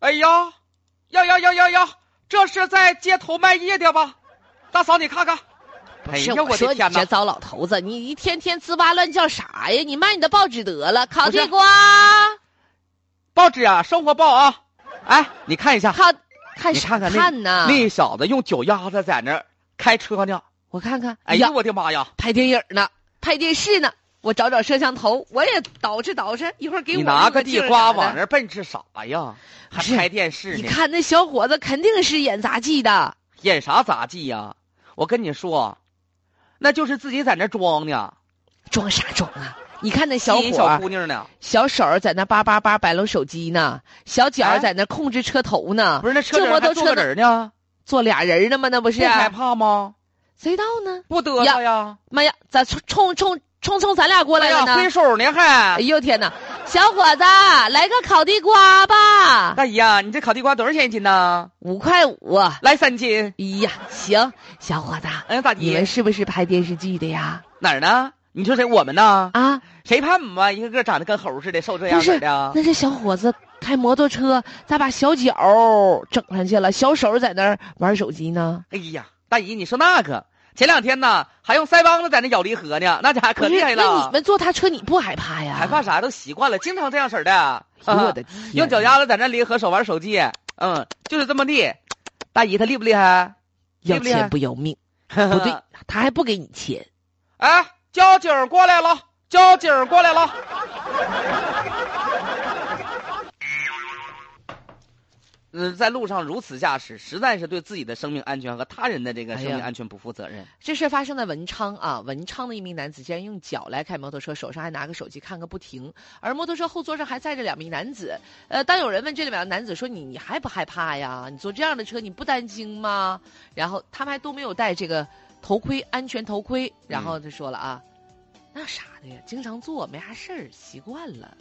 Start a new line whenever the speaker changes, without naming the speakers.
哎呦，呦呦呦呦呦，这是在街头卖艺的吧？大嫂，你看看，
不
哎
是
呀，
我
我
说
的
你
天
这
哪！
糟老头子，你一天天吱哇乱叫啥呀？你卖你的报纸得了，烤
不是
地瓜，
报纸啊，《生活报》啊，哎，你看一下，
烤看
你
啥
看看那
看呢？
那小子用脚丫子在那儿开车呢。
我看看，
哎呀，，我的妈呀！
拍电影呢，拍电视呢，我找找摄像头，我也捯饬捯饬，一会儿给我
你拿
录个
个地
镜
瓜
啥的
往那儿奔是啥呀？还
不是
拍电视
你
呢？
看那小伙子肯定是演杂技的，
演啥杂技呀？我跟你说，那就是自己在那儿装呢，
装啥装啊？你看那小
吸引
伙儿
小姑娘呢。
小手儿在那叭叭叭摆弄手机呢，小脚儿
哎
在那控制车头呢，
不是那车
这
顶还
么多
坐
车
个人呢，
坐俩人呢吗？那不是
不害怕吗？
谁到呢？
不嘚瑟呀？
妈呀，咋冲冲冲冲冲咱俩过
哎
来了
呀，
呢？
挥手呢
哎
还。
呦天哪，小伙子，来个烤地瓜 吧，
大姨哎呀，你这烤地瓜多少钱一斤呢？
五块五。哎
来三斤。
呀，行，小伙子，
哎呀，大
你
姨
们是不是拍电视剧的呀？
哪儿呢？你说谁？我们呢？
啊，
谁怕我们啊？一个个长得跟猴似的，瘦这
不
样
是
式的。
那这小伙子开摩托车，咋把小脚整上去了？小手儿在那儿玩手机呢？
哎呀，大姨，你说那个前两天呢，还用腮帮子在那咬离合呢，那家伙可厉害
不是那你
了，
们坐他车你不害怕呀？
害怕啥都习惯了，经常这样式儿的。啊
哎呦我的天！
用脚，丫子在那离合手玩手机，嗯，就是这么地。大姨她厉不厉害？
要
厉不厉啊害
钱不要命，
不
不 对，他还不给你钱。
哎，交警儿过来了，交警儿过来了。嗯，在路上如此驾驶，实在是对自己的生命安全和他人的这个生
哎
命
呀
安全不负责任。
这事儿发生在文昌啊，文昌的一名男子竟然用脚来开摩托车，手上还拿个手机看个不停，而摩托车后座上还载着两名男子。呃，当有人问这两名男子说你你害不害怕呀？你坐这样的车你不担惊吗？然后他们还都没有戴这个头盔，安全头盔。然后他说了啊，那啥的呀，经常坐没啥事儿，习惯了。